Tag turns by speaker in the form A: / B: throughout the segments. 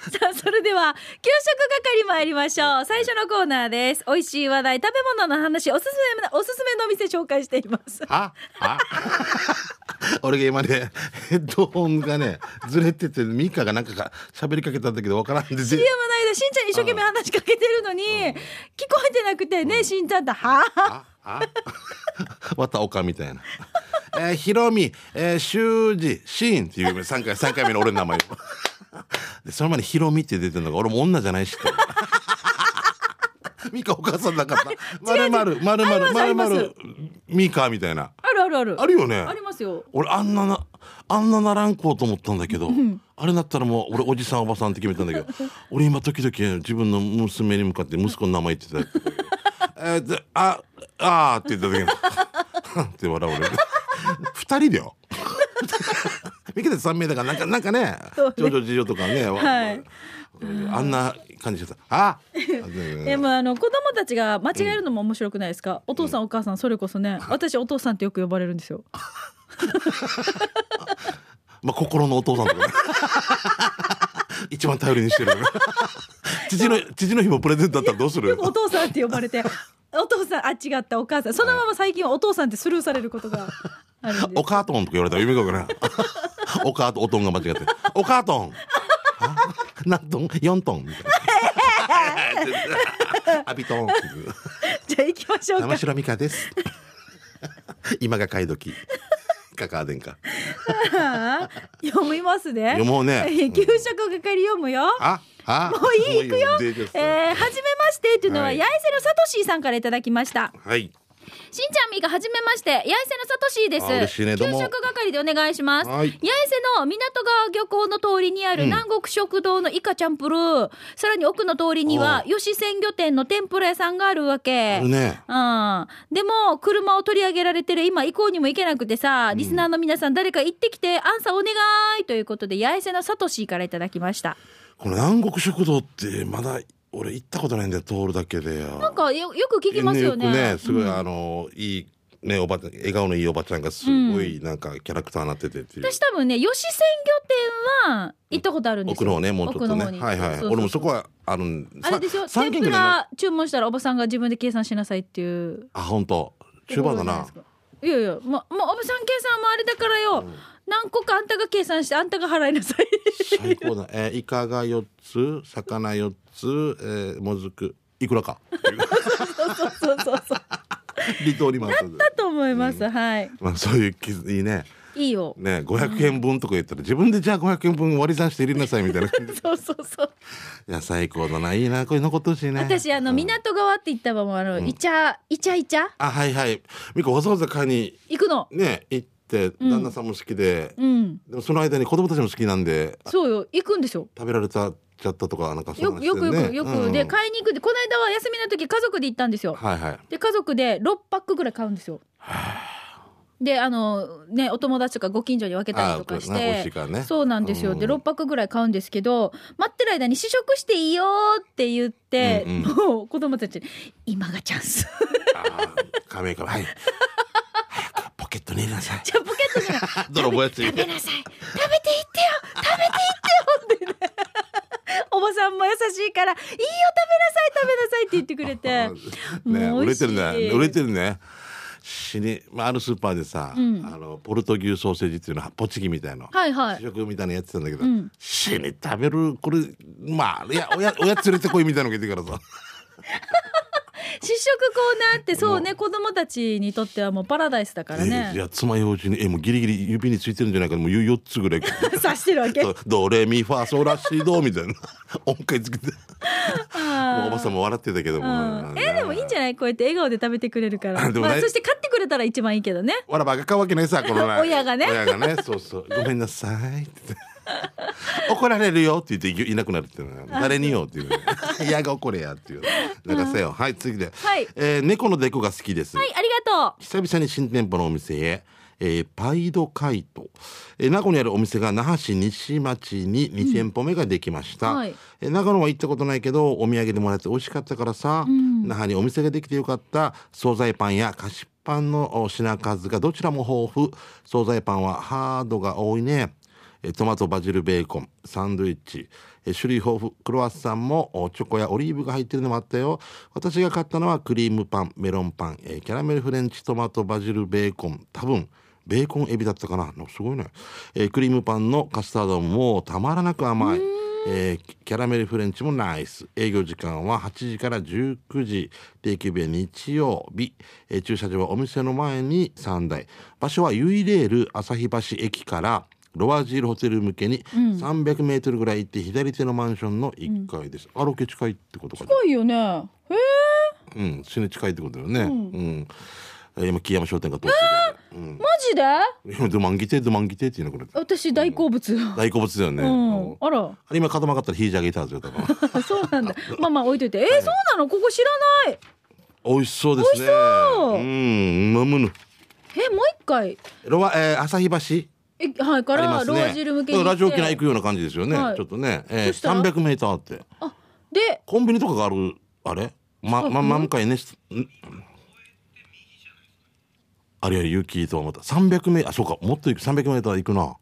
A: さあ それでは給食係参りましょう最初のコーナーです美味しい話題食べ物の話おすすめのおすすめのお店紹介しています
B: はは俺が今ねヘッドホンがねずれててミカがなんかか喋りかけたんだけどわからんで
A: CM の間しんちゃんに一生懸命話しかけてるのに聞こえてなくてねしんちゃんとはあ
B: ああまたおかみたいな。えー、ひろみ、えー、しゅうじ、しんっていう3回、三回目の俺の名前を。で、その前にひろみって出てるのが、俺も女じゃないしって。ミカお母さんだから。まるまる、まるまる、ま
A: あり
B: る
A: ま
B: ます
A: あります
B: る、ミカみたいな。
A: あるあるある
B: あるよね
A: あ。りますよ
B: 俺あんなな、あんなならんこうと思ったんだけど、あれだったらもう俺おじさんおばさんって決めたん だけど、俺今時々自分の娘に向かって息子の名前言って た。えーで、あ、あーって言った時に、 って笑う俺。二人だよ。ミケで三名だから、なんか、なんかね、
A: そうね
B: 上々事情とかね、わ
A: はい
B: あんな感じしてた。あ
A: でもあの子供たちが間違えるのも面白くないですか、お父さんお母さんそれこそね私お父さんってよく呼ばれるんですよ
B: まあ、心のお父さんと かね。一番頼りにしてる。父の、父の日もプレゼントだったらどうする
A: お父さんって呼ばれ てお父さんあ違ったお母さんそのまま最近はお父さんってスルーされることがあるんで
B: おカートンとか言われたら夢がな。 おカートン、おとんが間違って。おカートン。あ何トン ?4 トンみたいな。アビトン。
A: すじゃあ行きましょうか
B: 玉城美香です。今が買い時。かかあでんか。
A: 読みますね
B: 読も うね
A: 給食係読むよ
B: あ、あ。
A: もういい行くよ
B: もういいよ
A: えー、はじめましてっていうのは、
B: はい
A: 八重瀬のサトシーさんからいただきました
B: はい。
A: しんちゃんみーがはじめまして八重瀬のさとしーで
B: あ嬉
A: す
B: しいねどう
A: 給
B: も
A: 食係でお願いします八
B: は
A: 重
B: い
A: 瀬の港川漁港の通りにある南国食堂のイカチャンプルー、さらに奥の通りには吉鮮魚店の天ぷら屋さんがあるわけ
B: あるね
A: うん、でも車を取り上げられてる今以降にも行けなくてさリスナーの皆さん誰か行ってきてアンサーお願いということで八重瀬のさとしーからいただきました
B: この南国食堂って、まだ俺行ったことないんだよ、通るだけでよ。
A: なんかよよく聞きますよね
B: よくねすごい、あのいいねおばちゃん笑顔のいいおばちゃんがすごいなんかキャラクターになっててっていう、
A: 私多分ね吉鮮魚店は行ったことあるんです
B: 奥
A: よ
B: の方ねもうちょっと
A: 奥の
B: ね
A: 方に
B: はいはい俺もそこはあの
A: あれですよ
B: さ
A: 天
B: 三軒
A: ぷ
B: ぐらいな
A: ら注文したらおばさんが自分で計算しなさいっていう
B: あ本当中盤だない
A: やいやもうもうおばさん計算もあれだからよ、何個かあんたが計算してあんたが払いなさ い
B: 最高だえーイカが四つ魚四つ、えー、もずくいくらか
A: そうそうそうそう
B: 離島にもあったんで
A: だと思います、はい
B: まあそういう気づいいね
A: いいよ
B: ね500円分とか言ったら自分でじゃあ500円分割り算して入れなさいみた いない
A: そうそうそう
B: や最高だないいなこういうのことしいね
A: 私あの港川って言ったらもうあの、イチャイチャイチャ
B: あはいはいみこわざわざ買いに
A: 行くの
B: ね行って旦那さんも好きで、
A: うん
B: でもその間に子供たちも好きなんであ
A: そうよ行くんでしょ
B: 食べられちゃったとかなんかそう
A: よ
B: な
A: く
B: んです
A: よくよ
B: ね
A: くよく、
B: うん
A: で買いに行くってこの間は休みの時家族で行ったんですよ、
B: はいはい
A: で家族で6パックぐらい買うんですよ。であのねお友達とかご近所に分けたりとかし
B: あーこれな美味していからね
A: そうなんですよ、で
B: うん
A: 6パックぐらい買うんですけど待ってる間に試食していいよって言って、
B: うん
A: もう子供たちに「今がチャンス」
B: あー亀井かはい早くポケットに入れなさい
A: じゃあポケットに
B: 泥棒や つ
A: 食べなさい食べていってよ食べていってよ」ってねおばさんも優しいから「いいよ食べなさい食べなさい」って言ってくれ て
B: ね
A: もう
B: 売
A: 美
B: れ
A: 味してい
B: るね売れてるね死に、まあ、あるスーパーでさ、あのポルト牛ソーセージっていうのはポチキみたいな、
A: はいはい
B: 試食みたいなのやってたんだけど、
A: ん
B: 死に食べるこれまあいやおやおやつ連れてこいみたいなのが言ってからさ
A: 試食コーナーってそうね子供たちにとってはもうパラダイスだから
B: えーい
A: ね
B: や爪楊枝にえもうギリギリ指についてるんじゃないかなもう4つぐらい
A: 刺してるわけ
B: そうドレミファソラシドみ たいな音階つけてもうおばさんも笑ってたけども、
A: うんえーでもいいんじゃないこうやって笑顔で食べてくれるか
B: あ
A: ら
B: でも
A: ま
B: ね
A: あそして買ってくれたら一番いいけどね
B: わらばがかわけないさこの
A: 親がね
B: 親がねそうそうごめんなさいって言って怒られるよって言っていいなくなるっていうのは誰によっていうね 嫌が怒れやっていうなんかせよはい次で、
A: はい
B: えー猫のデコが好きです、
A: はいありがとう
B: 久々に新店舗のお店へ、えーパイドカイト、えー名古屋にあるお店が那覇市西町に2店舗目ができました、
A: はい
B: えー長野は行ったことないけどお土産でもらって美味しかったからさ、那覇にお店ができてよかった惣菜パンや菓子パンのお品数がどちらも豊富惣菜パンはハードが多いねええートマトバジルベーコンサンドイッチ、えー種類豊富クロワッサンもおチョコやオリーブが入ってるのもあったよ私が買ったのはクリームパンメロンパン、えーキャラメルフレンチトマトバジルベーコン多分ベーコンエビだったかなのすごいね、えークリームパンのカスタードももうたまらなく甘い、えーキキャラメルフレンチもナイス営業時間は8時から19時定休日は日曜日、えー駐車場はお店の前に3台場所はユイレール旭橋駅からロワジールホテル向けに300メートルぐらい行って左手のマンションの1階です、あロケ近いってことかな
A: 近いよね。えー
B: うん死ぬ近いってことだよねうん、えー今木山商店が通ってるうん
A: マジで？
B: 今ドマンギテドマンギテって言いなくなった
A: 私大好物。
B: 大好物だよね、
A: う
B: うん
A: ん。あら。
B: あれ今固まかったら火じ上げたはずよ多分
A: そう なんだ。まあまあ置いといて。えー、そうなの？ここ知らない。
B: 美味しそうですね
A: そう
B: うん飲むぬ
A: えもう一回。
B: ロワえー、旭橋
A: えはいか
B: あり
A: ら、
B: ます
A: ロ
B: ね
A: アジル向けに行って
B: ラジオ沖縄行くような感じですよね、
A: はい
B: ちょっとね、えー、
A: そしたら
B: 300メーターあって
A: あで
B: コンビニとかがあるあれま、ま、ま、向かいねすんあれや雪とは思った300メーターあそうかもっと行く300メーター行くな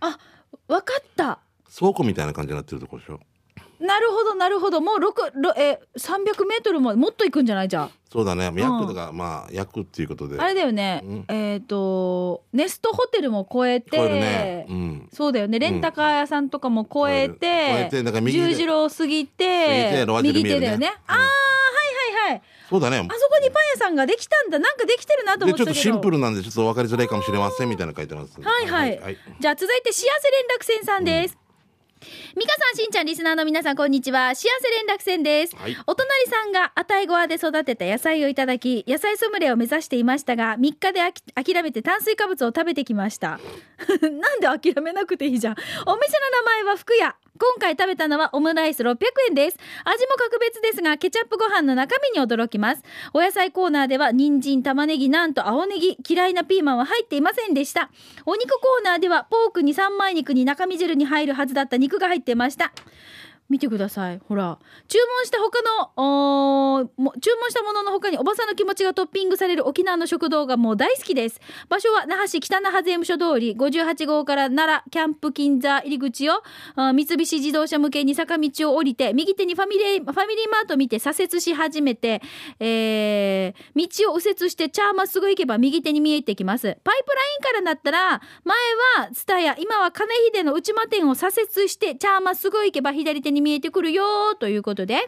A: あわかった。
B: 倉庫みたいな感じになってるとこでしょ
A: なるほどなるほどもう六ろえ三百メートルももっと行くんじゃないじゃん。
B: そうだね役とか、まあ役っていうことで
A: あれだよね。
B: うん
A: えっ、とネストホテルも超えて。
B: 聞こえるね、うん、
A: そうだよねレンタカー屋さんとかも超え
B: 超え
A: て
B: てなんか右で
A: 十字路を過ぎ
B: 過ぎ
A: て
B: てロアジル
A: 右
B: 見
A: 手
B: えるね
A: だよねああはいはいはい
B: そうだね
A: あそこにパン屋さんができたんだなんかできてるなと
B: で
A: 思っ
B: ちょ
A: て
B: ったと
A: けど
B: シンプルなんでちょっと分かりづらいかもしれませんみたいなの書いてます
A: はいはい、
B: はい
A: じゃあ続いて幸せ連絡船さんです、美香さんしんちゃんリスナーの皆さんこんにちは幸せ連絡船です、
B: はい
A: お隣さんがアタイゴアで育てた野菜をいただき野菜ソムリエを目指していましたが3日であき諦めて炭水化物を食べてきました なんで諦めなくていいじゃんお店の名前は福屋今回食べたのはオムライス600円です味も格別ですがケチャップご飯の中身に驚きますお野菜コーナーでは人参玉ねぎなんと青ネギ嫌いなピーマンは入っていませんでしたお肉コーナーではポークに三枚肉に中身汁に入るはずだった肉が入っていました見てくださいほら注文した他のおーも注文したものの他におばさんの気持ちがトッピングされる沖縄の食堂がもう大好きです場所は那覇市北那覇税務署通り58号から奈良キャンプ金座入り口をあー三菱自動車向けに坂道を降りて右手にファミリーファミリーマート見て左折し始めて、えー道を右折してチャーまっすぐ行けば右手に見えてきますパイプラインからだったら前は蔦屋今は金秀の内間店を左折してチャーまっすぐ行けば左手に見えてくるよーということで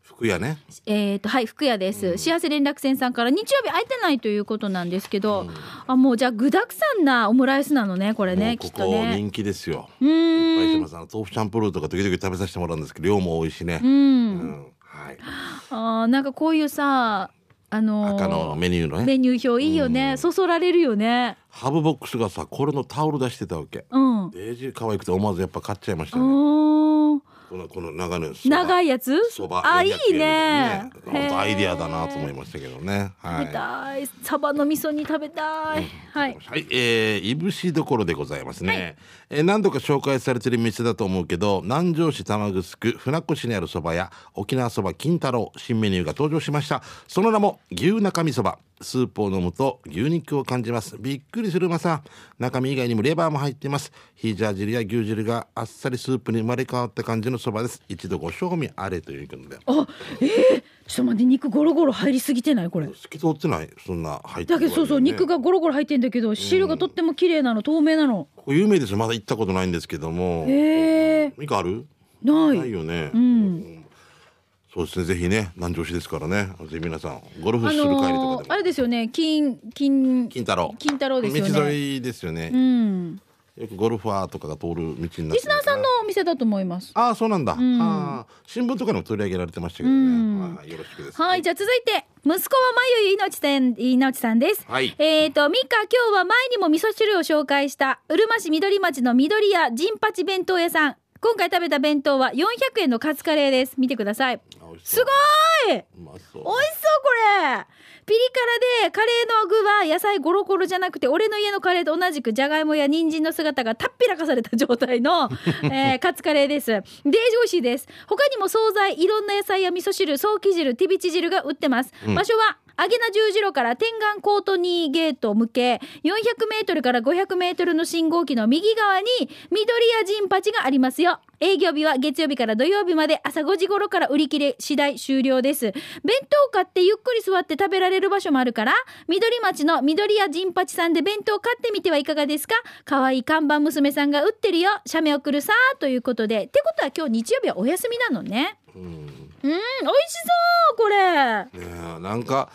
B: 服屋ね
A: えー、とはい福屋です、幸せ連絡船さんから日曜日空いてないということなんですけど、あもうじゃあ具だくさんなオムライスなのねこれ
B: も
A: ね
B: うこ
A: きっと
B: こ
A: ね
B: 人気ですよ
A: うーん
B: 林山さん豆腐チャンプルーとか時々食べさせてもらうんですけど量も多いしね
A: う
B: うんんはい
A: あーなんかこういうさあのー
B: 赤のメニューのね
A: メニュー表いいよね、そそられるよね
B: ハブボックスがさこれのタオル出してたわけ
A: うん
B: デージー可愛くて思わずやっぱ買っちゃいましたね
A: おー
B: このこの長野
A: 長
B: い
A: いやつ
B: そば
A: あい
B: 400
A: いね
B: 円で本当アイディアだなと思いましたけどねは
A: 食べたいサバの味噌煮食べたい、はい
B: はい、えー、いぶしどころでございますね、えー何度か紹介されてる店だと思うけど南城市玉城区船越にあるそば屋沖縄そば金太郎新メニューが登場しましたその名も牛中身そばスープを飲むと牛肉を感じますびっくりするうまさ中身以外にもレバーも入っていますヒージャー汁や牛汁があっさりスープに生まれ変わった感じのそばです一度ご賞味あれということで
A: あえー、ちょっと待って肉ゴロゴロ入りすぎてないこれ
B: 透き通ってないそんな入って
A: だ
B: る
A: けどそうそう、
B: 割にね
A: 肉がゴロゴロ入ってんだけど汁がとっても綺麗なの透明なの
B: ここ有名ですよまだ行ったことないんですけども
A: へえ
B: ミカある
A: ない
B: ないよね、
A: うん
B: そうですねぜひね南城市ですからねぜひ皆さんゴルフ
A: あ
B: する帰りとかでも
A: の、ー、あれですよね金金
B: 金太郎
A: 金太郎ですよね
B: 道沿いですよ
A: う
B: ね、
A: ん
B: よくゴルファーとかが通る道になってる
A: リスナーさんのお店だと思います
B: ああそうなんだ、
A: ん
B: あー新聞とかにも取り上げられてましたけどね、
A: うん
B: はいよろしくです
A: はい、じゃあ続いて息子はまゆいのちさんいのちさんです、
B: はい
A: えっ、とミカ今日は前にも味噌汁を紹介したうるま市緑町の緑屋陣八弁当屋さん今回食べた弁当は400円のカツカレーです見てください
B: あ美味し
A: す
B: そう
A: ごーいう
B: まそ
A: 美
B: う
A: 味しそうこれピリ辛でカレーの具は野菜ゴロゴロじゃなくて俺の家のカレーと同じくじゃがいもや人参の姿がたっぴらかされた状態の、 えーカツカレーですで美味しいです他にも惣菜いろんな野菜や味噌汁ソーキ汁ティビチ汁が売ってます、場所はアゲナ十字路から天眼コートニーゲートを向け400メートルから500メートルの信号機の右側に緑屋陣パチがありますよ営業日は月曜日から土曜日まで朝5時頃から売り切れ次第終了です弁当買ってゆっくり座って食べられる場所もあるから緑町の緑屋陣八さんで弁当買ってみてはいかがですか可愛い看板娘さんが売ってるよ写メ送るさということでってことは今日日曜日はお休みなのね
B: うんね
A: うん美味しそうこれ
B: えなんか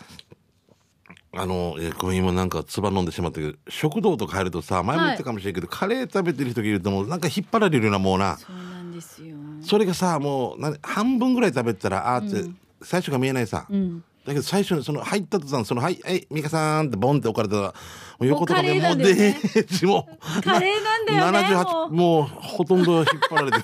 B: あのえーこれ今なんか唾飲んでしまったけど食堂とか入るとさ前も言ったかもしれんけど、カレー食べてる人がいるともうなんか引っ張られるようなもうな
C: そうなんですよ。
B: それがさもう何半分ぐらい食べてたらあーって、最初が見えないさ、
C: うん。
B: だけど最初にその入った途端その「はいはい美香さん」ってボンって置かれたらもう横とかで
A: もうカレーな
B: も
A: ん
B: う
A: だよ
B: で
A: ね
B: ーもう
A: カレーなんだよね
B: 78もうほとんど引っ張られて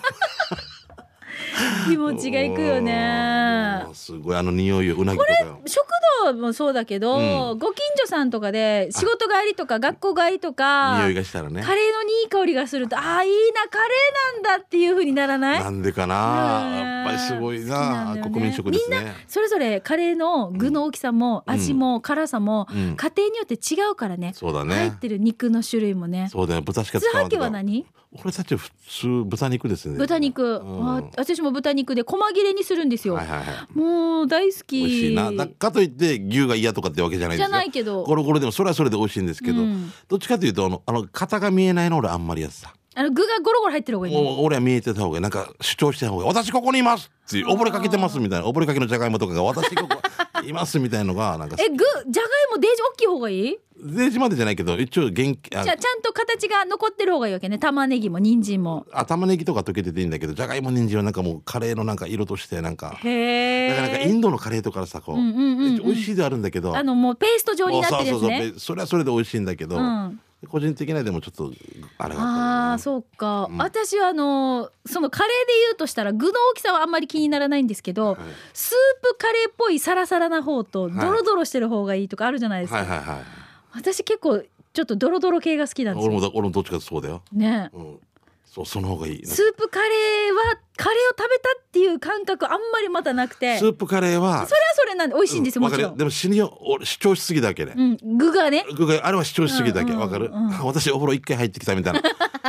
A: 気持ちがいくよね
B: もうすごいあの匂いをうなぎとかよ
A: 食堂もそうだけど、
B: うん
A: ご近所さんとかで仕事帰りとか学校帰りとか
B: 匂いがしたらね
A: カレーのいい香りがするとああいいなカレーなんだっていう風にならない
B: なんでかな
A: ね
B: やっぱりすごい
A: 好きなん
B: な
A: だよね
B: 国民食です
A: みん
B: ね
A: なそれぞれカレーの具の大きさも
B: うん
A: 味も辛さも家
B: うん
A: 庭によって違うからね、
B: そうだ
A: 入っ
B: ね
A: てる肉の種類もね
B: そうだね豚しか
A: ツ
B: 使わ
A: ハ
B: ん
A: ケ
B: と
A: は
B: か
A: 何
B: 俺たち普通豚肉ですね
A: 豚肉、
B: うん
A: あ私も豚肉で細切れにするんですよ、
B: はいはいはい
A: もう大好き
B: 美味しいなだかといって牛が嫌とかってわけじゃない
A: じ
B: んで
A: ゃ
B: すよ
A: ないけど
B: ゴロゴロでもそれはそれで美味しいんですけど、
A: うん
B: どっちかというとあのあの型が見えないの俺あんまりやつさ
A: あの具がゴロゴロ入ってる方がいいね
B: もう俺は見えてた方がなんか主張してた方が「私ここにいます!」っていう溺れかけてますみたいな溺れかけのじゃがいもとかが「私ここいます」みたいのがなんか
A: え具じゃがいもデージ大きい方がいい
B: デージまでじゃないけど一応元気あ
A: じゃあちゃんと形が残ってる方がいいわけね玉ねぎも人参も
B: あ玉ねぎとか溶けてていいんだけどじゃがいも人参はなんかもうカレーのなんか色としてなんか
A: へ
B: だからなんかイ
A: え
B: ンドのカレーとかさこう,、
A: うんうんうんうん
B: 美味しいではあるんだけど
A: あのもうペースト状になってるやつ
B: もうそう
A: ね
B: そうそうそれはそれで美味しいんだけど、
A: うん
B: 個人的なでもちょっとあれが
A: あ
B: あ
A: あ
B: った
A: そうか、
B: うん
A: 私はあのそのカレーで言うとしたら具の大きさはあんまり気にならないんですけど、
B: はい
A: スープカレーっぽいサラサラな方とドロドロしてる方がいいとかあるじゃないですか、
B: はいはいはい
A: 私結構ちょっとドロドロ系が好きなんです
B: 俺も
A: よ
B: だ俺もどっちかってそうだよ、
A: ね
B: うん、そうその方がいい
A: スープカレーはカレーを食べたっていう感覚あんまりまたなくて
B: ス
A: それ
B: ープカレーは
A: はそれなんで美味しいんですよ、
B: うわ
A: も
B: か
A: ち
B: る
A: ろ
B: よ
A: ん
B: でも死によ俺主張しすぎだわけね、
A: うん、具がね
B: 僕があれは主張しすぎだわけ
A: うんうん
B: わ、
A: うん
B: かる、
A: うん
B: あ私お風呂一回入ってきた みたいな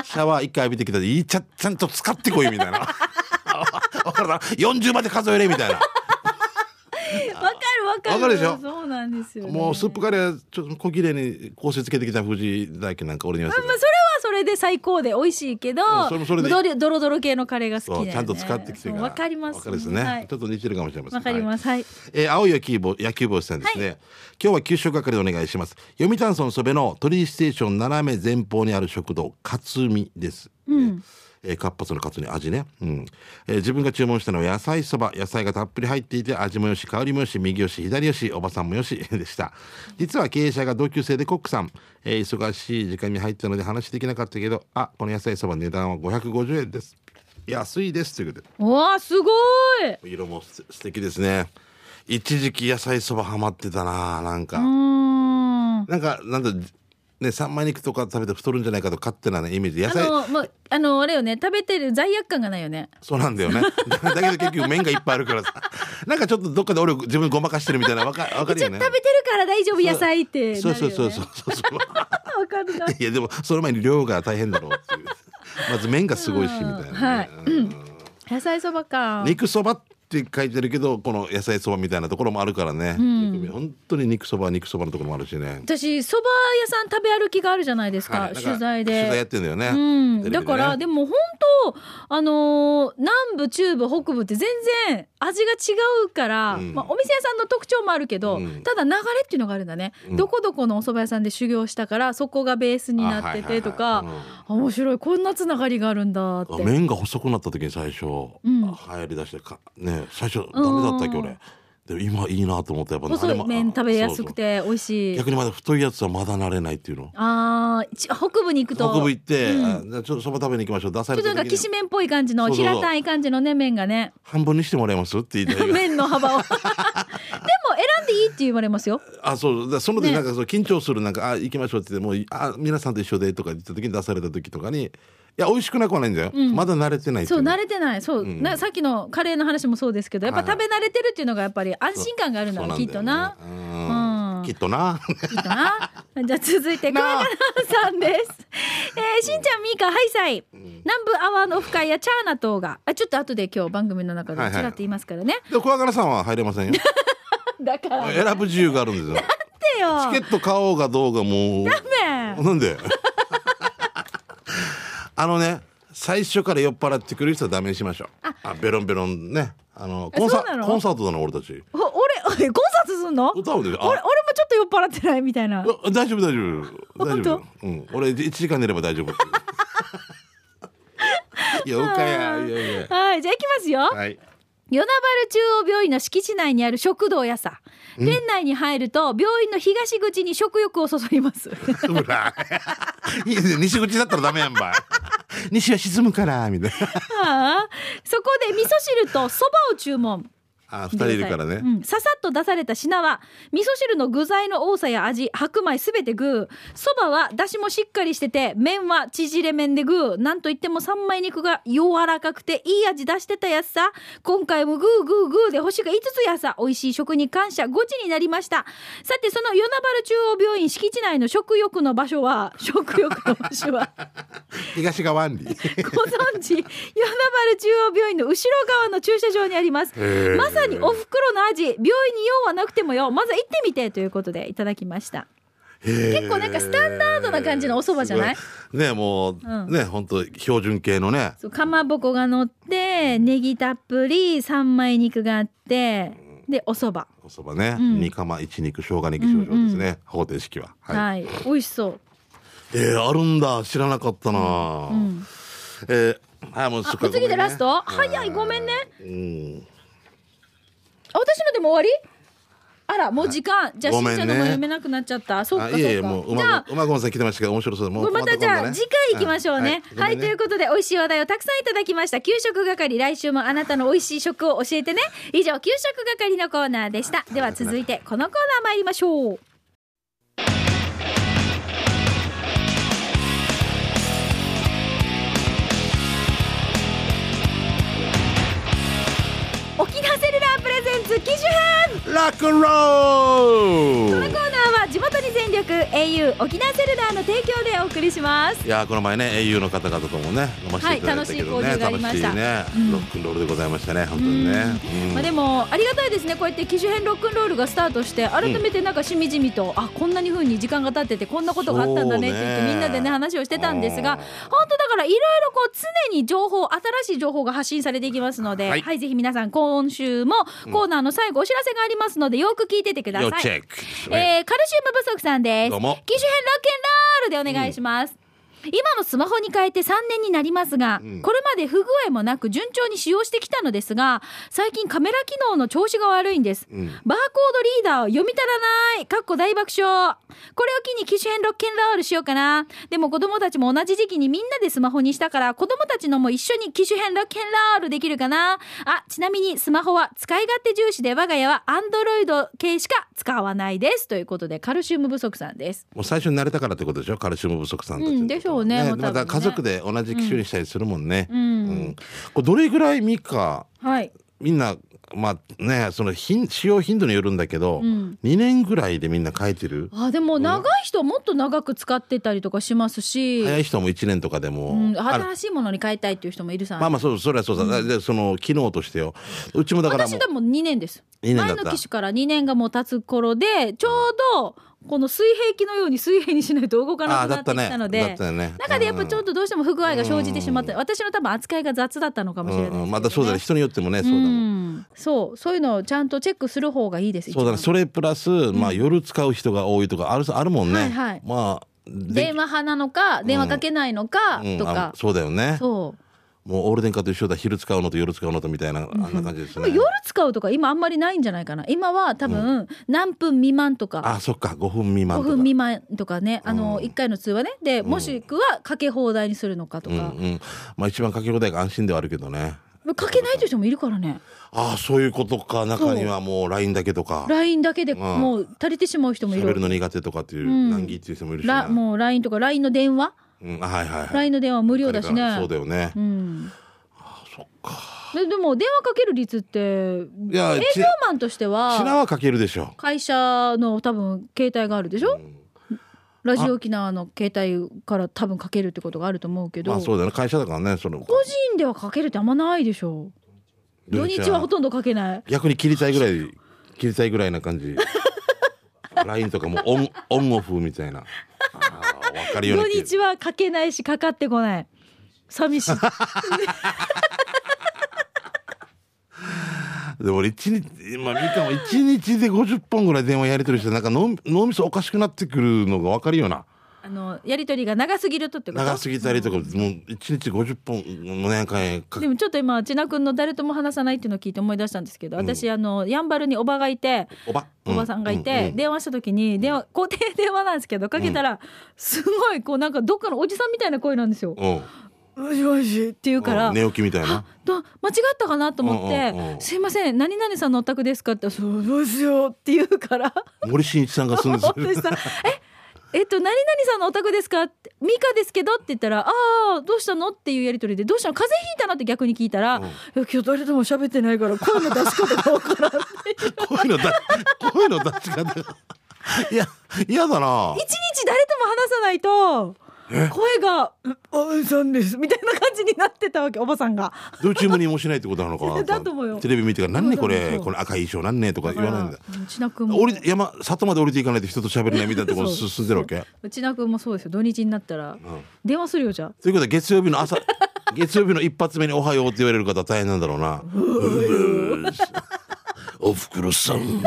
B: シャワー一回浴びてきたでいいちゃちゃんと使ってこいみたい なわかるな40まで数えれみたいな
A: わかるわかる
B: わかるでしょ
A: そうなんですよ、ね、
B: もうスープカレーちょっと小切れに香水つけてきた藤井だけなんか俺には
A: まあそれはそれで最高で美味しいけど、
B: うんそれもそれでいい
A: ドロドロドロ系のカレーが好きだ
B: そ
A: よ
B: う
A: ね
B: ちゃんと使ってきてから
A: わかります
B: わかるですね、
A: はい
B: ちょっと似てるかもしれません
A: わかりますはい、
B: えー青い野球帽野球帽子さんですね、今日は給食係お願いします読谷村そべの鳥居ステーション斜め前方にある食堂勝美です、
A: うん
B: えー、活発の活に味ね、うんえー自分が注文したのは野菜そば野菜がたっぷり入っていて味もよし香りもよし右よし左よしおばさんもよし でした実は経営者が同級生でコックさん、えー忙しい時間に入ったので話できなかったけどあこの野菜そばの値段は550円です安いですということで
A: うわあすごい
B: 色もす素敵ですね一時期野菜そばハマってたななんか、
A: うーん
B: なんかなんだね三枚肉とか食べて太るんじゃないかと勝手なねイメージ野
A: あ
B: 菜
A: のもうあのあれよね食べてる罪悪感がないよね
B: そうなんだよね だけど結局麺がいっぱいあるからさなんかちょっとどっかで俺自分ごまかしてるみたいなわかわかる
A: 一応食べ
B: よね
A: てるから大丈夫
B: そう
A: 野菜ってなるよ、ね、
B: そうそうそうそうそうそう
A: うわかるない
B: やでもその前に量が大変だろうっていうまず麺がすごいしみたいなね、
A: うんはい
B: うん
A: 野菜そばか
B: 肉そばって書いてるけどこの野菜そばみたいなところもあるからね、
A: ん
B: 本当に肉そばは肉そばのところもあるしね
A: 私そば屋さん食べ歩きがあるじゃないですか、
B: はいなんか
A: 取材
B: 取材や
A: で
B: ってんだよね、
A: うん、
B: テレビで
A: だ
B: ね
A: からでも本当あのー南部中部北部って全然味が違うから、
B: うん
A: まあ、お店屋さんの特徴もあるけど、
B: うん
A: ただ流れっていうのがあるんだね、
B: うん
A: どこどこのお蕎麦屋さんで修行したからそこがベースに
B: あ
A: なっててとか、
B: はいはいはいうん
A: あ面白いこんなつながりがあるんだって
B: あ麺が細くなった時に最初、
A: ん
B: 流行りだしてかね最初ダメだったっけ
A: うん
B: 俺でも今いいなと思ってやっぱ
A: 細い麺食べやすく
B: そう
A: て美味
B: そ
A: し
B: う
A: い
B: 逆にまだ太いやつはまだ慣れないっていうの
A: あーち北部に行くと
B: 北部行って、
A: うん
B: あじゃあちょっとそば食べに行きましょう出
A: ち
B: さ
A: ょ
B: れ
A: っと
B: た
A: なんかき
B: 時
A: し
B: に
A: めんっぽい感じの
B: そうそうそう
A: 平たい感じのね麺がね
B: 半分にしてもらえますって言って
A: 麺の 幅をでも選んでいいって言われますよ
B: あそうだその時
A: ね
B: なんかそう緊張するなんか、あ行きましょうって言ってもうあ皆さんと一緒でとか言った時に出された時とかにいや美味しくなくはないんだよ、
A: うん
B: まだ慣れてないってい
A: そう
B: の
A: 慣れてないそう、
B: うん
A: なさっきのカレーの話もそうですけどやっぱ
B: はいは
A: 食
B: い
A: べ慣れてるっていうのがやっぱり安心感があるんだ
B: そう
A: ろう
B: な
A: き
B: んだ
A: っ
B: よ
A: とな
B: ねう
A: うんん
B: きっとな
A: きっとな。じゃあ続いて、桑原さんです。えー、しんちゃん、みーか、ハイサイ。南部アワーのオフ会やチャーナ等が。あ、ちょっと後で今日番組の中でちらっと言いますから ね。
B: で小柄さんは入れませんよ
A: だから、待っ
B: 選ぶ自由があるんですよ
A: てよ。
B: チケット買おうがどうがもう
A: ダメ
B: なんで あのね最初から酔っ払ってくる人はダメにしましょうあベロンベロンねあのコンサ
A: そうなの
B: コンサートだな俺たち
A: お俺、えコンサートすんの俺、
B: 歌うであ
A: 俺もちょっと酔っ払ってないみたいな。
B: あ大丈夫大丈夫大
A: 本
B: 丈
A: 当
B: 夫、うん、俺1時間寝れば大丈夫 いやうかやいやいや
A: はい、じゃあ行きますよ。
B: はい
A: 与那原中央病院の敷地内にある食堂屋さん店内に入ると病院の東口に食欲をそそります
B: ほらいいね 西口だったらダメやんばい 西は沈むからみたいな
A: ああそこで味噌汁とそばを注文
B: あ二人いるからね、
A: うんささっと出された品は味噌汁の具材の多さや味白米すべて具そばはだしもしっかりしてて麺は縮れ麺で具なんといっても三枚肉が柔らかくていい味出してたやつさ今回もグーグーグーで星が5つやさ美味しい食に感謝ゴチになりましたさてその与那原中央病院敷地内の食欲の場所は食欲の場所は
B: 東がワンリー
A: ご存知与那原中央病院の後ろ側の駐車場にあります
B: へー
A: まさにおふくろの味病院に用はなくてもよまずは行ってみてということでいただきました
B: 結
A: 構なんかスタンダードな感じのお蕎麦じゃない
B: ねもう、
A: うん
B: ね本当標準系のね
A: そうかまぼこが乗ってネギたっぷり三枚肉があってでお蕎麦
B: おそばね、
A: ん
B: 煮釜一肉生姜ネギ少々ですね、方程式は、はい
A: はい、美味しそう
B: えーあるんだ知らなかったな、
A: ん
B: えーはいもうそ
A: あ
B: っか
A: お次でラスト、
B: ごめんね
A: 早いごめんね
B: うん
A: あ私のでも終わりあらもう時間、じゃあし
B: ご
A: んち
B: め
A: ゃん
B: んね
A: のも読めなくなっちゃったそうか
B: あ
A: そうか
B: いえいえもう
A: じゃ
B: 馬
A: あ
B: 子馬子さん来てましたけど面白そうもう
A: またじゃあ次回行きましょうね。はい、という
B: こ
A: ことで美味しい話題をたくさんいただきました。給食係来週もあなたの美味しい食を教えてね。以上給食係のコーナーでした。では続いてこのコーナー参りましょう。沖縄セルラープレゼンツ機種編
B: とでラックンロー
A: こ
B: ル
A: のコーナーは地元に全力 au 沖縄セルラーの提供でお送りします
B: いやーこの前ね au の方々ともね飲ませていただいたけどね、
A: はい楽しい交流がありました
B: 楽しいね、
A: うん
B: ロックンロールでございましたね本当にね、うん
A: まあ、でもありがたいですね、こうやって機種変ロックンロールがスタートして、改めてなんかしみじみと、あこんなに風に時間が経ってて、こんなことがあったんだねって言っ
B: そう
A: て、
B: ね
A: みんなでね、話をしてたんです
B: う
A: が、
B: ん
A: 本当だから、いろいろこう常に情報、新しい情報が発信されていきますので、は、
B: はいい
A: ぜひ皆さん、今週もコーナーの最後、お知らせがありますので、よく聞いててくださ
B: 要
A: い。
B: チェック、
A: えーカルシウム不足さんです。
B: どうも
A: 機種変ロックンロールでお願いします。今のスマホに変えて3年になりますが、
B: うん
A: これまで不具合もなく順調に使用してきたのですが、最近カメラ機能の調子が悪いんです。
B: うん
A: バーコードリーダーを読み足らないかっこ大爆笑これを機に機種変ロックンロールしようかなでも子供たちも同じ時期にみんなでスマホにしたから子供たちのも一緒に機種変ロックンロールできるかなあちなみにスマホは使い勝手重視で我が家はアンドロイド系しか使わないですということでカルシウム不足さんです
B: もう最初に慣れたからってことでしょカルシウム不足さんたちのこと、
A: うんでしょうねもう多分ね
B: また家族で同じ機種にしたりするもんね、
A: う
B: うん
A: ん、
B: これどれぐらいミカ
A: はい
B: みんなまあねその頻使用頻度によるんだけど、
A: うん
B: 2年ぐらいでみんな変えてる
A: あでも長い人はもっと長く使ってたりとかしますし、
B: 早い人も1年とかでも、
A: うん、
B: ある
A: 新しいものに変えたいっていう人もいるさ、
B: まあまあそうそれはそうだ、でその機能としてようちもだからも
A: 私
B: う
A: でも2年です
B: 2年だ
A: 前
B: った
A: の機種から2年がもう経つ頃でちょうどこの水平器のように水平にしないと動かな
B: あ
A: くなってきたの
B: だ
A: で
B: ったよね
A: 中でやっぱちょっとどうしても不具合が生じてしまって私の多分扱いが雑だったのかもしれないです
B: う
A: けど
B: んう
A: ね
B: んまたそうだね人によってもねそうだもん、
A: うんそうそういうのをちゃんとチェックする方がいいです
B: そうだね
A: 一番
B: それプラス、まあ夜使う人が多いとかあるあるもんね、
A: はいはい
B: まあで
A: 電話派なのか電話かけないのか
B: うん
A: と
B: あ
A: か、
B: そうだよね
A: そう
B: もうオールデン化と一緒だ昼使うのと夜使うのとみたいなあんな感じです
A: で
B: ね
A: も夜使うとか今あんまりないんじゃないかな今は多分何分未満とか、
B: あそっか5分未満
A: 5
B: とか
A: 分未満とかね、あの
B: うん
A: 1回の通話ね、でもしくはかけ放題にするのかとか
B: う、んうんまあ一番かけ放題が安心ではあるけどね
A: かけないという人もいるからね、
B: ああそういうことか中にはもう LINE だけとか
A: LINE だけでもう足りてしまう人もい
B: 喋る
A: る、
B: の苦手とかっていう、
A: ん
B: 難儀っていう人もいるしね
A: らもう LINE とか、LINE の電話、
B: うん、あはいはいはい
A: LINE の電話無料だし
B: あれからそうだ
A: ね。
B: よね、
A: うん、ででも電話かける率って営
B: いやち
A: 業マンとして
B: 品
A: は
B: はかけるでしょ
A: 会社の多分携帯があるでしょ、ラジオ沖縄の携帯から多分かけるってことがあると思うけど、
B: まあそうだよね会社だからねその
A: 個人ではかけるってあんまないでしょ土日はほとんどかけない
B: 逆に切りたいぐらい切りたいぐらいな感じ LINE とかもオンオンオフみたいなあーわかるよう
A: 土
B: に
A: 日はかけないしかかってこない寂 しい
B: で俺一日まあみかんは一日で50本ぐらい電話やり取りしてなんか脳脳みそおかしくなってくるのがわかるよな
A: あのやりとりが長すぎるとってこと
B: 長すぎたりとかもう一日50本もうなんかねか
A: でもちょっと今千奈君の誰とも話さないっていうのを聞いて思い出したんですけど私、あのやんばるにおばがいて
B: おば
A: おばさんがいて、電話した時に電話固定電話なんですけどかけたら、すごいこうなんかどっかのおじさんみたいな声なんですよ。
B: うんうんうん
A: もしもしって言うから、
B: 寝起きみたい
A: あ
B: な
A: ど間違ったかなと思って「
B: うんうんうん
A: すいません何々さんのお宅ですか?」って「そうどうしよう」って言うから
B: 森進一さんが 住んでる
A: 私さ「ええっと何々さんのお宅ですか?」って「ミカですけど」って言ったら「ああどうしたの?」っていうやり取りで「どうしたの風邪ひいたの?」って逆に聞いたら「
B: うん
A: いや今日誰とも喋ってないから声の出し方がわからん」 って
B: こういうのだこういうの出し方がいや嫌だな
A: 一日誰とも話さないと。声が「おばさんです」みたいな感じになってたわけおばさんが
B: どういうチームにもしないってことなのかな
A: だと思うよ
B: テレビ見てから「なんねこ
A: そうそう
B: れ
A: そう
B: この赤い衣装なんね」とか言わないんだ
A: うちなくんも
B: 降り山里まで降りていかないと人と喋れないみたいなところ
A: そう
B: 進んでるわけ
A: うちなくんもそうですよ土日になったら電話するよじゃあ
B: ということは月曜日 の朝月曜日の一発目に「おはよう」って言われる方は大変なんだろうな「うーおふくろさん」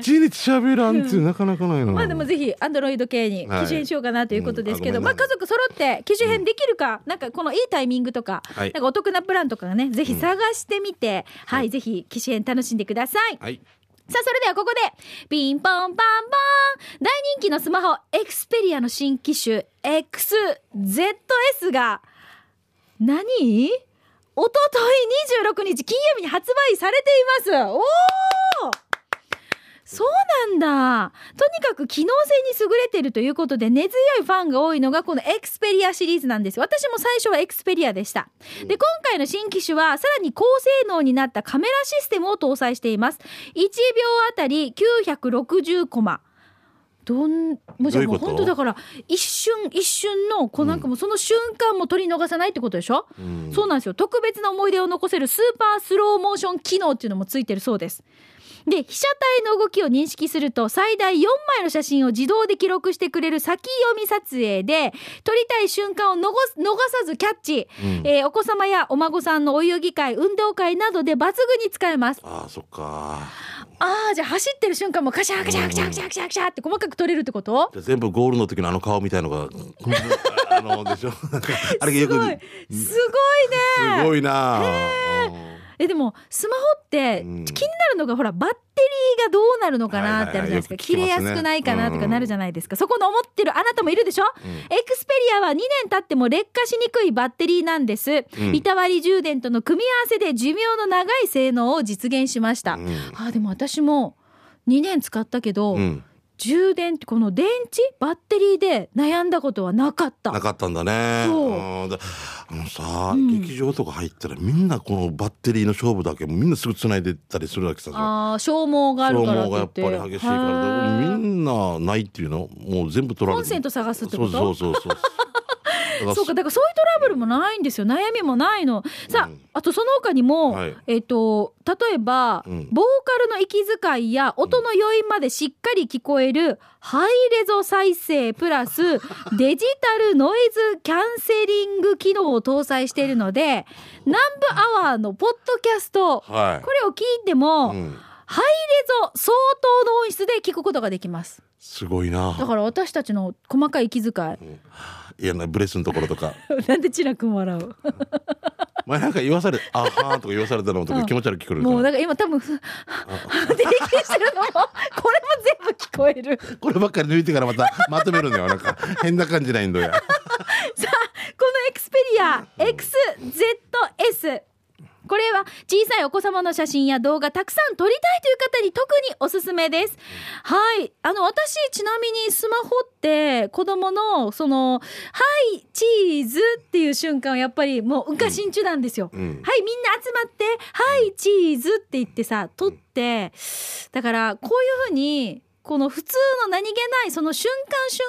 B: 一日喋らんっていうなかなかないな、
A: まあでもぜひアンドロイド系に機種変しようかなということですけど、
B: はいうん
A: ま
B: あ
A: あ
B: ごめん
A: 家族揃って機種変できるか、なんかこのいいタイミングとか、
B: はい
A: なんかお得なプランとかねぜひ探してみて、はい、ぜひ機種変楽しんでください。
B: はい
A: さあそれではここでピンポンパンパン大人気のスマホエクスペリアの新機種 XZS が何一昨日26日金曜日に発売されていますおおそうなんだとにかく機能性に優れているということで根強いファンが多いのがこのエクスペリアシリーズなんです私も最初はエクスペリアでしたで今回の新機種はさらに高性能になったカメラシステムを搭載しています1秒あたり960コマどんもうじゃあ
B: どう
A: も
B: いううこと
A: 本当だから一瞬一瞬のこうなんかもうその瞬間も取り逃さないってことでしょ、
B: うん
A: そうなんですよ特別な思い出を残せるスーパースローモーション機能っていうのもついてるそうですで被写体の動きを認識すると最大4枚の写真を自動で記録してくれる先読み撮影で撮りたい瞬間を逃す逃さずキャッチ、
B: うん
A: えーお子様やお孫さんのお遊戯会運動会などで抜群に使えます
B: あーそっか
A: あーじゃあ走ってる瞬間もカシャカシャカシャカシャカシャカシャって細かく撮れるってこと
B: じゃあ全部ゴールの時のあの顔みたいのが こんなあので しょなんかあれが
A: す
B: よ
A: ごいす
B: く
A: ごいね
B: すごいな
A: えでもスマホって気
B: うん
A: になるのがほらバッテリーがどうなるのかなってあるじゃないですか、
B: はいはいはいよく
A: 切
B: 聞き
A: れ
B: ます
A: や
B: ね
A: すくないかなとかなるじゃないですか、そこの思ってるあなたもいるでしょ、エクスペリアは2年経っても劣化しにくいバッテリーなんです、
B: ん
A: 板割り充電との組み合わせで寿命の長い性能を実現しました、
B: うん
A: あーでも私も2年使ったけど、
B: うんうん
A: 充電ってこの電池バッテリーで悩んだことはなかった
B: なかったんだね
A: そう
B: うんだあのさ、
A: ん
B: 劇場とか入ったらみんなこのバッテリーの勝負だけみんなすぐ繋いでったりするわけさ
A: あー消耗があるからって言って
B: 消がやっぱり激しいか
A: へー
B: らみんなないっていうのもう全部取られ
A: コン
B: て
A: セント探すってこと
B: そうそうそうそうだ
A: そうかだからそういうトラブルもないんですよ悩みもないのさあ,、
B: うん
A: あとその他にも、
B: はい
A: えっ、と例えば、
B: うん
A: ボーカルの息遣いや音の余韻までしっかり聞こえるハイレゾ再生プラスデジタルノイズキャンセリング機能を搭載しているので南部アワーのポッドキャストこ
B: はい
A: れを聞いても、
B: うん
A: ハイレゾ相当の音質で聞くことができます
B: すごい
A: だ
B: な
A: から私たちの細かい息遣い
B: いやなブレスのところとか
A: なんでチラ君笑う
B: 前なんか言わされ「あはーん」とか言わされたのと
A: うん
B: か気持ち悪く聞こえる
A: もう
B: か
A: だから今多分ふって息してるのもこれも全部聞こえる
B: らこればっかり抜いてからまた まとめるんだよなんか変な感じないんだ
A: さ
B: よ
A: あこのエクスペリア XZS ここれは小さいお子様の写真や動画たくさん撮りたいという方に特におすすめです。はい。あの、私、ちなみにスマホって子供の、その、はい、チーズっていう瞬間はやっぱりもう、うんか心中なんですよ。
B: うん
A: はい、みんな集まって、はい、チーズって言ってさ、撮って、だから、こういうふうに、この普通の何気ない、その瞬間瞬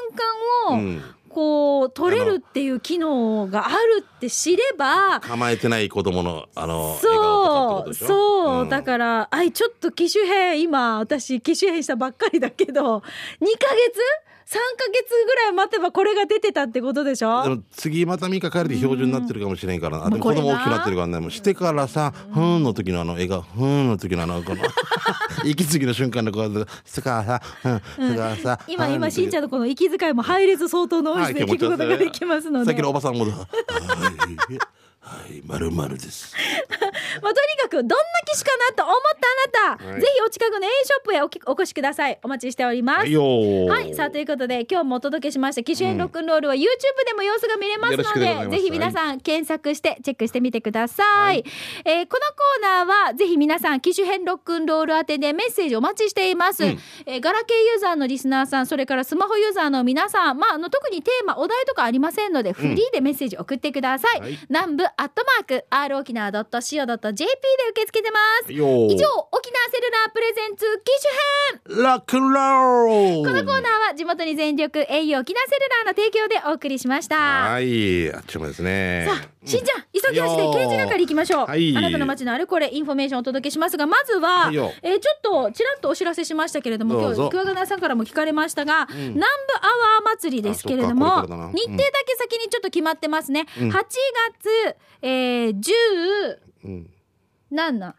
A: 間
B: う
A: を、
B: ん、
A: こう、撮れるっていう機能があるって知れば、
B: 構えてない子供のあの笑顔とか
A: そ
B: ってこと
A: う
B: でしょ
A: そう、
B: ん
A: だからあいちょっと機種変今私機種変したばっかりだけど2ヶ月3ヶ月ぐらい待てばこれが出てたってことでし
B: で
A: ょ
B: も次また3日帰りで標準になってるかもしれんからな、あでも
A: まあ
B: 子
A: これが
B: 供大きくなってるからねもうしてからさ「ふーん」の時のあの映画「ふーん」の時のあのこ の息継ぎの瞬間のこうすからさ「ふーん」すからさ「
A: 今
B: ふーん
A: 今
B: の時
A: しんちゃんのこの息遣いも配列相当の多いで
B: はい
A: 聞くことができますの
B: さ
A: で
B: っきのおばさん もだはいはいまるまるです
A: まあ、とにかくどんな機種かなと思ったあなた、
B: はい
A: ぜひお近くの A ショップへおきお越しくださいお待ちしております
B: はいよー
A: はい、さあということで今日もお届けしました「機種変ロックンロール」は YouTube でも様子が見れます
B: よろし
A: の
B: くでござ
A: で
B: います
A: ぜひ皆さん検索してチェックしてみてください、えーこのコーナーはぜひ皆さん機種変ロックンロール宛てでメッセージお待ちしています、えーガラケーユーザーのリスナーさんそれからスマホユーザーの皆さん、まあ、あの特にテーマお題とかありませんのでフリーでメッセージ送ってください、
B: はい
A: 南部アットマーク r 沖縄 .co.jp で受け付けてます
B: はいよー
A: 以上沖縄セルラープレゼンツ機種編
B: ロックンロール
A: このコーナーは地元に全力 au 沖縄セルラーの提供でお送りしました。
B: はいあっちもですね
A: さあ、しんちゃん、急ぎ足で
B: よー
A: 刑事係行きましょう。
B: はい
A: あなたの街のあれこれインフォメーションをお届けしますが、まずは、
B: はいよ
A: えーちょっとちらっとお知らせしましたけれども、
B: どうぞ
A: 今日、桑名さんからも聞かれましたが、南部アワー祭りですけれど
B: あ
A: も、
B: そっかこれからだなうん
A: 日程だけ先にちょっと決まってますね。
B: うん
A: 8月、えー、10、
B: うん
A: 何なん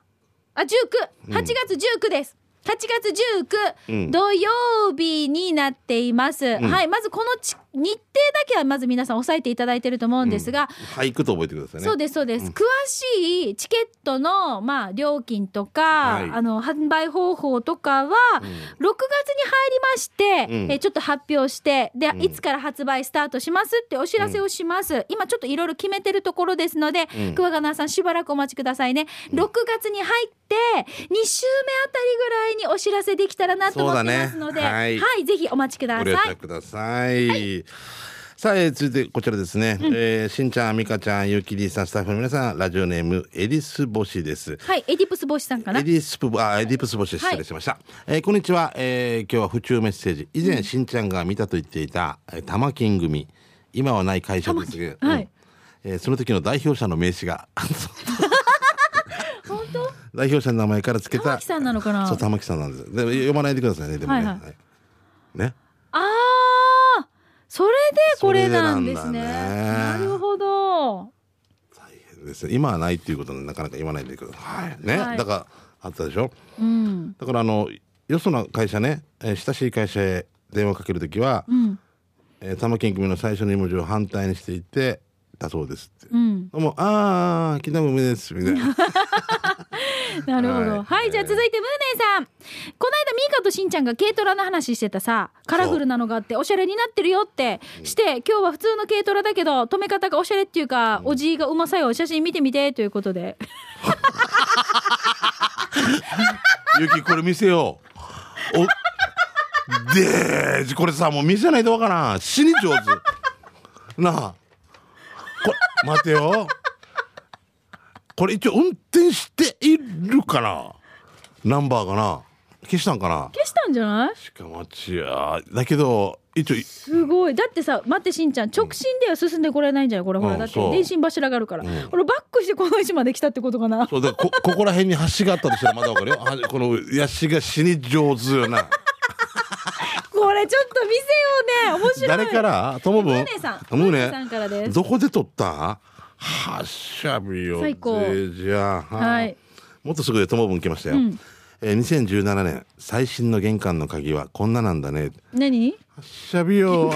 A: あ十九八月十九です。8月
B: う
A: 19、
B: ん
A: 土曜日になっています、はいまずこのち日程だけはまず皆さん押さえていただいてると思うんですが、
B: 俳句と覚えてくださいね
A: そうですそうです、詳しいチケットの、まあ、料金とか、
B: はい
A: あの販売方法とかは、6月に入りまして、
B: うん
A: えちょっと発表してで、
B: ん
A: いつから発売スタートしますってお知らせをします、今ちょっといろいろ決めてるところですので、
B: うん
A: 桑名さんしばらくお待ちくださいね6月に入って2週目あたりぐらいにお知らせできたらなと思ってますの
B: そう
A: で、
B: だね
A: は、
B: はいい
A: ぜひお待ちくださ
B: ご了
A: い
B: 承ください。さあ、えー続いてこちらですね、えーしんちゃん、みかちゃん、ゆきりさん、スタッフの皆さん、ラジオネーム、エリス星です。
A: はいエディプス帽子さんかな
B: エリスプあエディプス星失礼しました、えーこんにちは、えー今日は府中メッセージ以前、しんちゃんが見たと言っていた「えー玉金組」今はない会社ですが、
A: 玉金はい
B: うんえーその時の代表者の名刺が
A: 本当
B: 代表者の名前からつけた
A: 玉木さんなのかな
B: そう玉木さんなんですで読まないでくださいねでもね、
A: はいはい
B: はいね
A: ああそれでこれなんですね
B: それでなん
A: な
B: だね
A: るほど
B: ですね今はないっていうことでなかなか言わないでください、ね、
A: はい
B: だからあったでしょ
A: うん
B: だからあのよその会社ね、えー親しい会社へ電話かけるときは、
A: うん
B: えー玉金組の最初の2文字を反対にしていてだそうですって、
A: うん
B: どうもああ北梅ですみたい
A: な
B: な
A: るほどは、
B: はいい
A: じゃあ続いてムーネさんこの間ミーカとしんちゃんが軽トラの話してたさカラフルなのがあっておしゃれになってるよってして今日は普通の軽トラだけど止め方がおしゃれっていうかおじいがうまさよ写真見てみてということで
B: ゆきこれ見せようおでーこれさもう見せないとわからん死に上手なあこれ待てよこれ一応運転しているかなナンバーかな消したんかな
A: 消したんじゃない
B: しかもちやだけど一応い
A: すごいだってさ待ってしんちゃん直進では進んでこれないんじゃないこれほら、
B: うん
A: だって
B: そう
A: 電信柱があるから、
B: うん
A: これバックしてこの位置まで来たってことかな
B: そうだこ ここら辺に橋があったとしたらまだわかるよはこのヤシが死に上手 よな
A: これちょっと見せようね面白い
B: 誰からともぶん
A: ムーネさん
B: ム
A: ム
B: ー
A: ーネさんからです
B: どこで撮ったはっしゃみよ
A: 最高
B: じゃあ
A: はい
B: もっとすぐでともぶん来ましたよ、えー、2017年最新の玄関の鍵はこんななんだね
A: 何
B: はっしゃび よ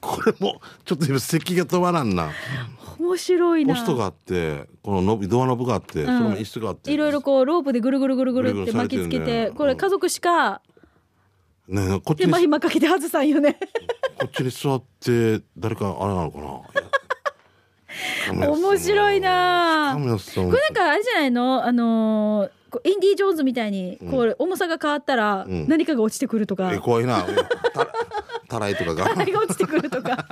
B: これもちょっと今咳が止まらんな
A: 面白いな
B: ポストがあってこのノブドアノブがあって、
A: ん
B: その椅子があって
A: いろいろこうロープでぐるぐるぐるぐる
B: ぐ
A: って
B: るぐるされ
A: 巻
B: て
A: き
B: る
A: つ
B: ね
A: けてこれ
B: うん
A: 家族しか
B: ねえこっち
A: 手
B: に
A: 間暇かけて外さんよね
B: ここっちに座って誰かあれなのかな
A: 面白いな
B: 亀梨さん
A: これなんかあれじゃないのあのーこうインディ・ージョーンズみたいにこう、重さが変わったら
B: うん
A: 何かが落ちてくるとか、
B: え怖いな たたらいと かが
A: 笑いが落ちてくるとか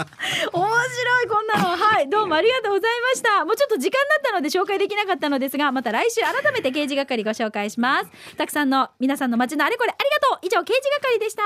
A: 面白いこんなのはいどうもありがとうございましたもうちょっと時間だったので紹介できなかったのですがまた来週改めて刑事係ご紹介しますたくさんの皆さんの街のあれこれありがとう以上刑事係でした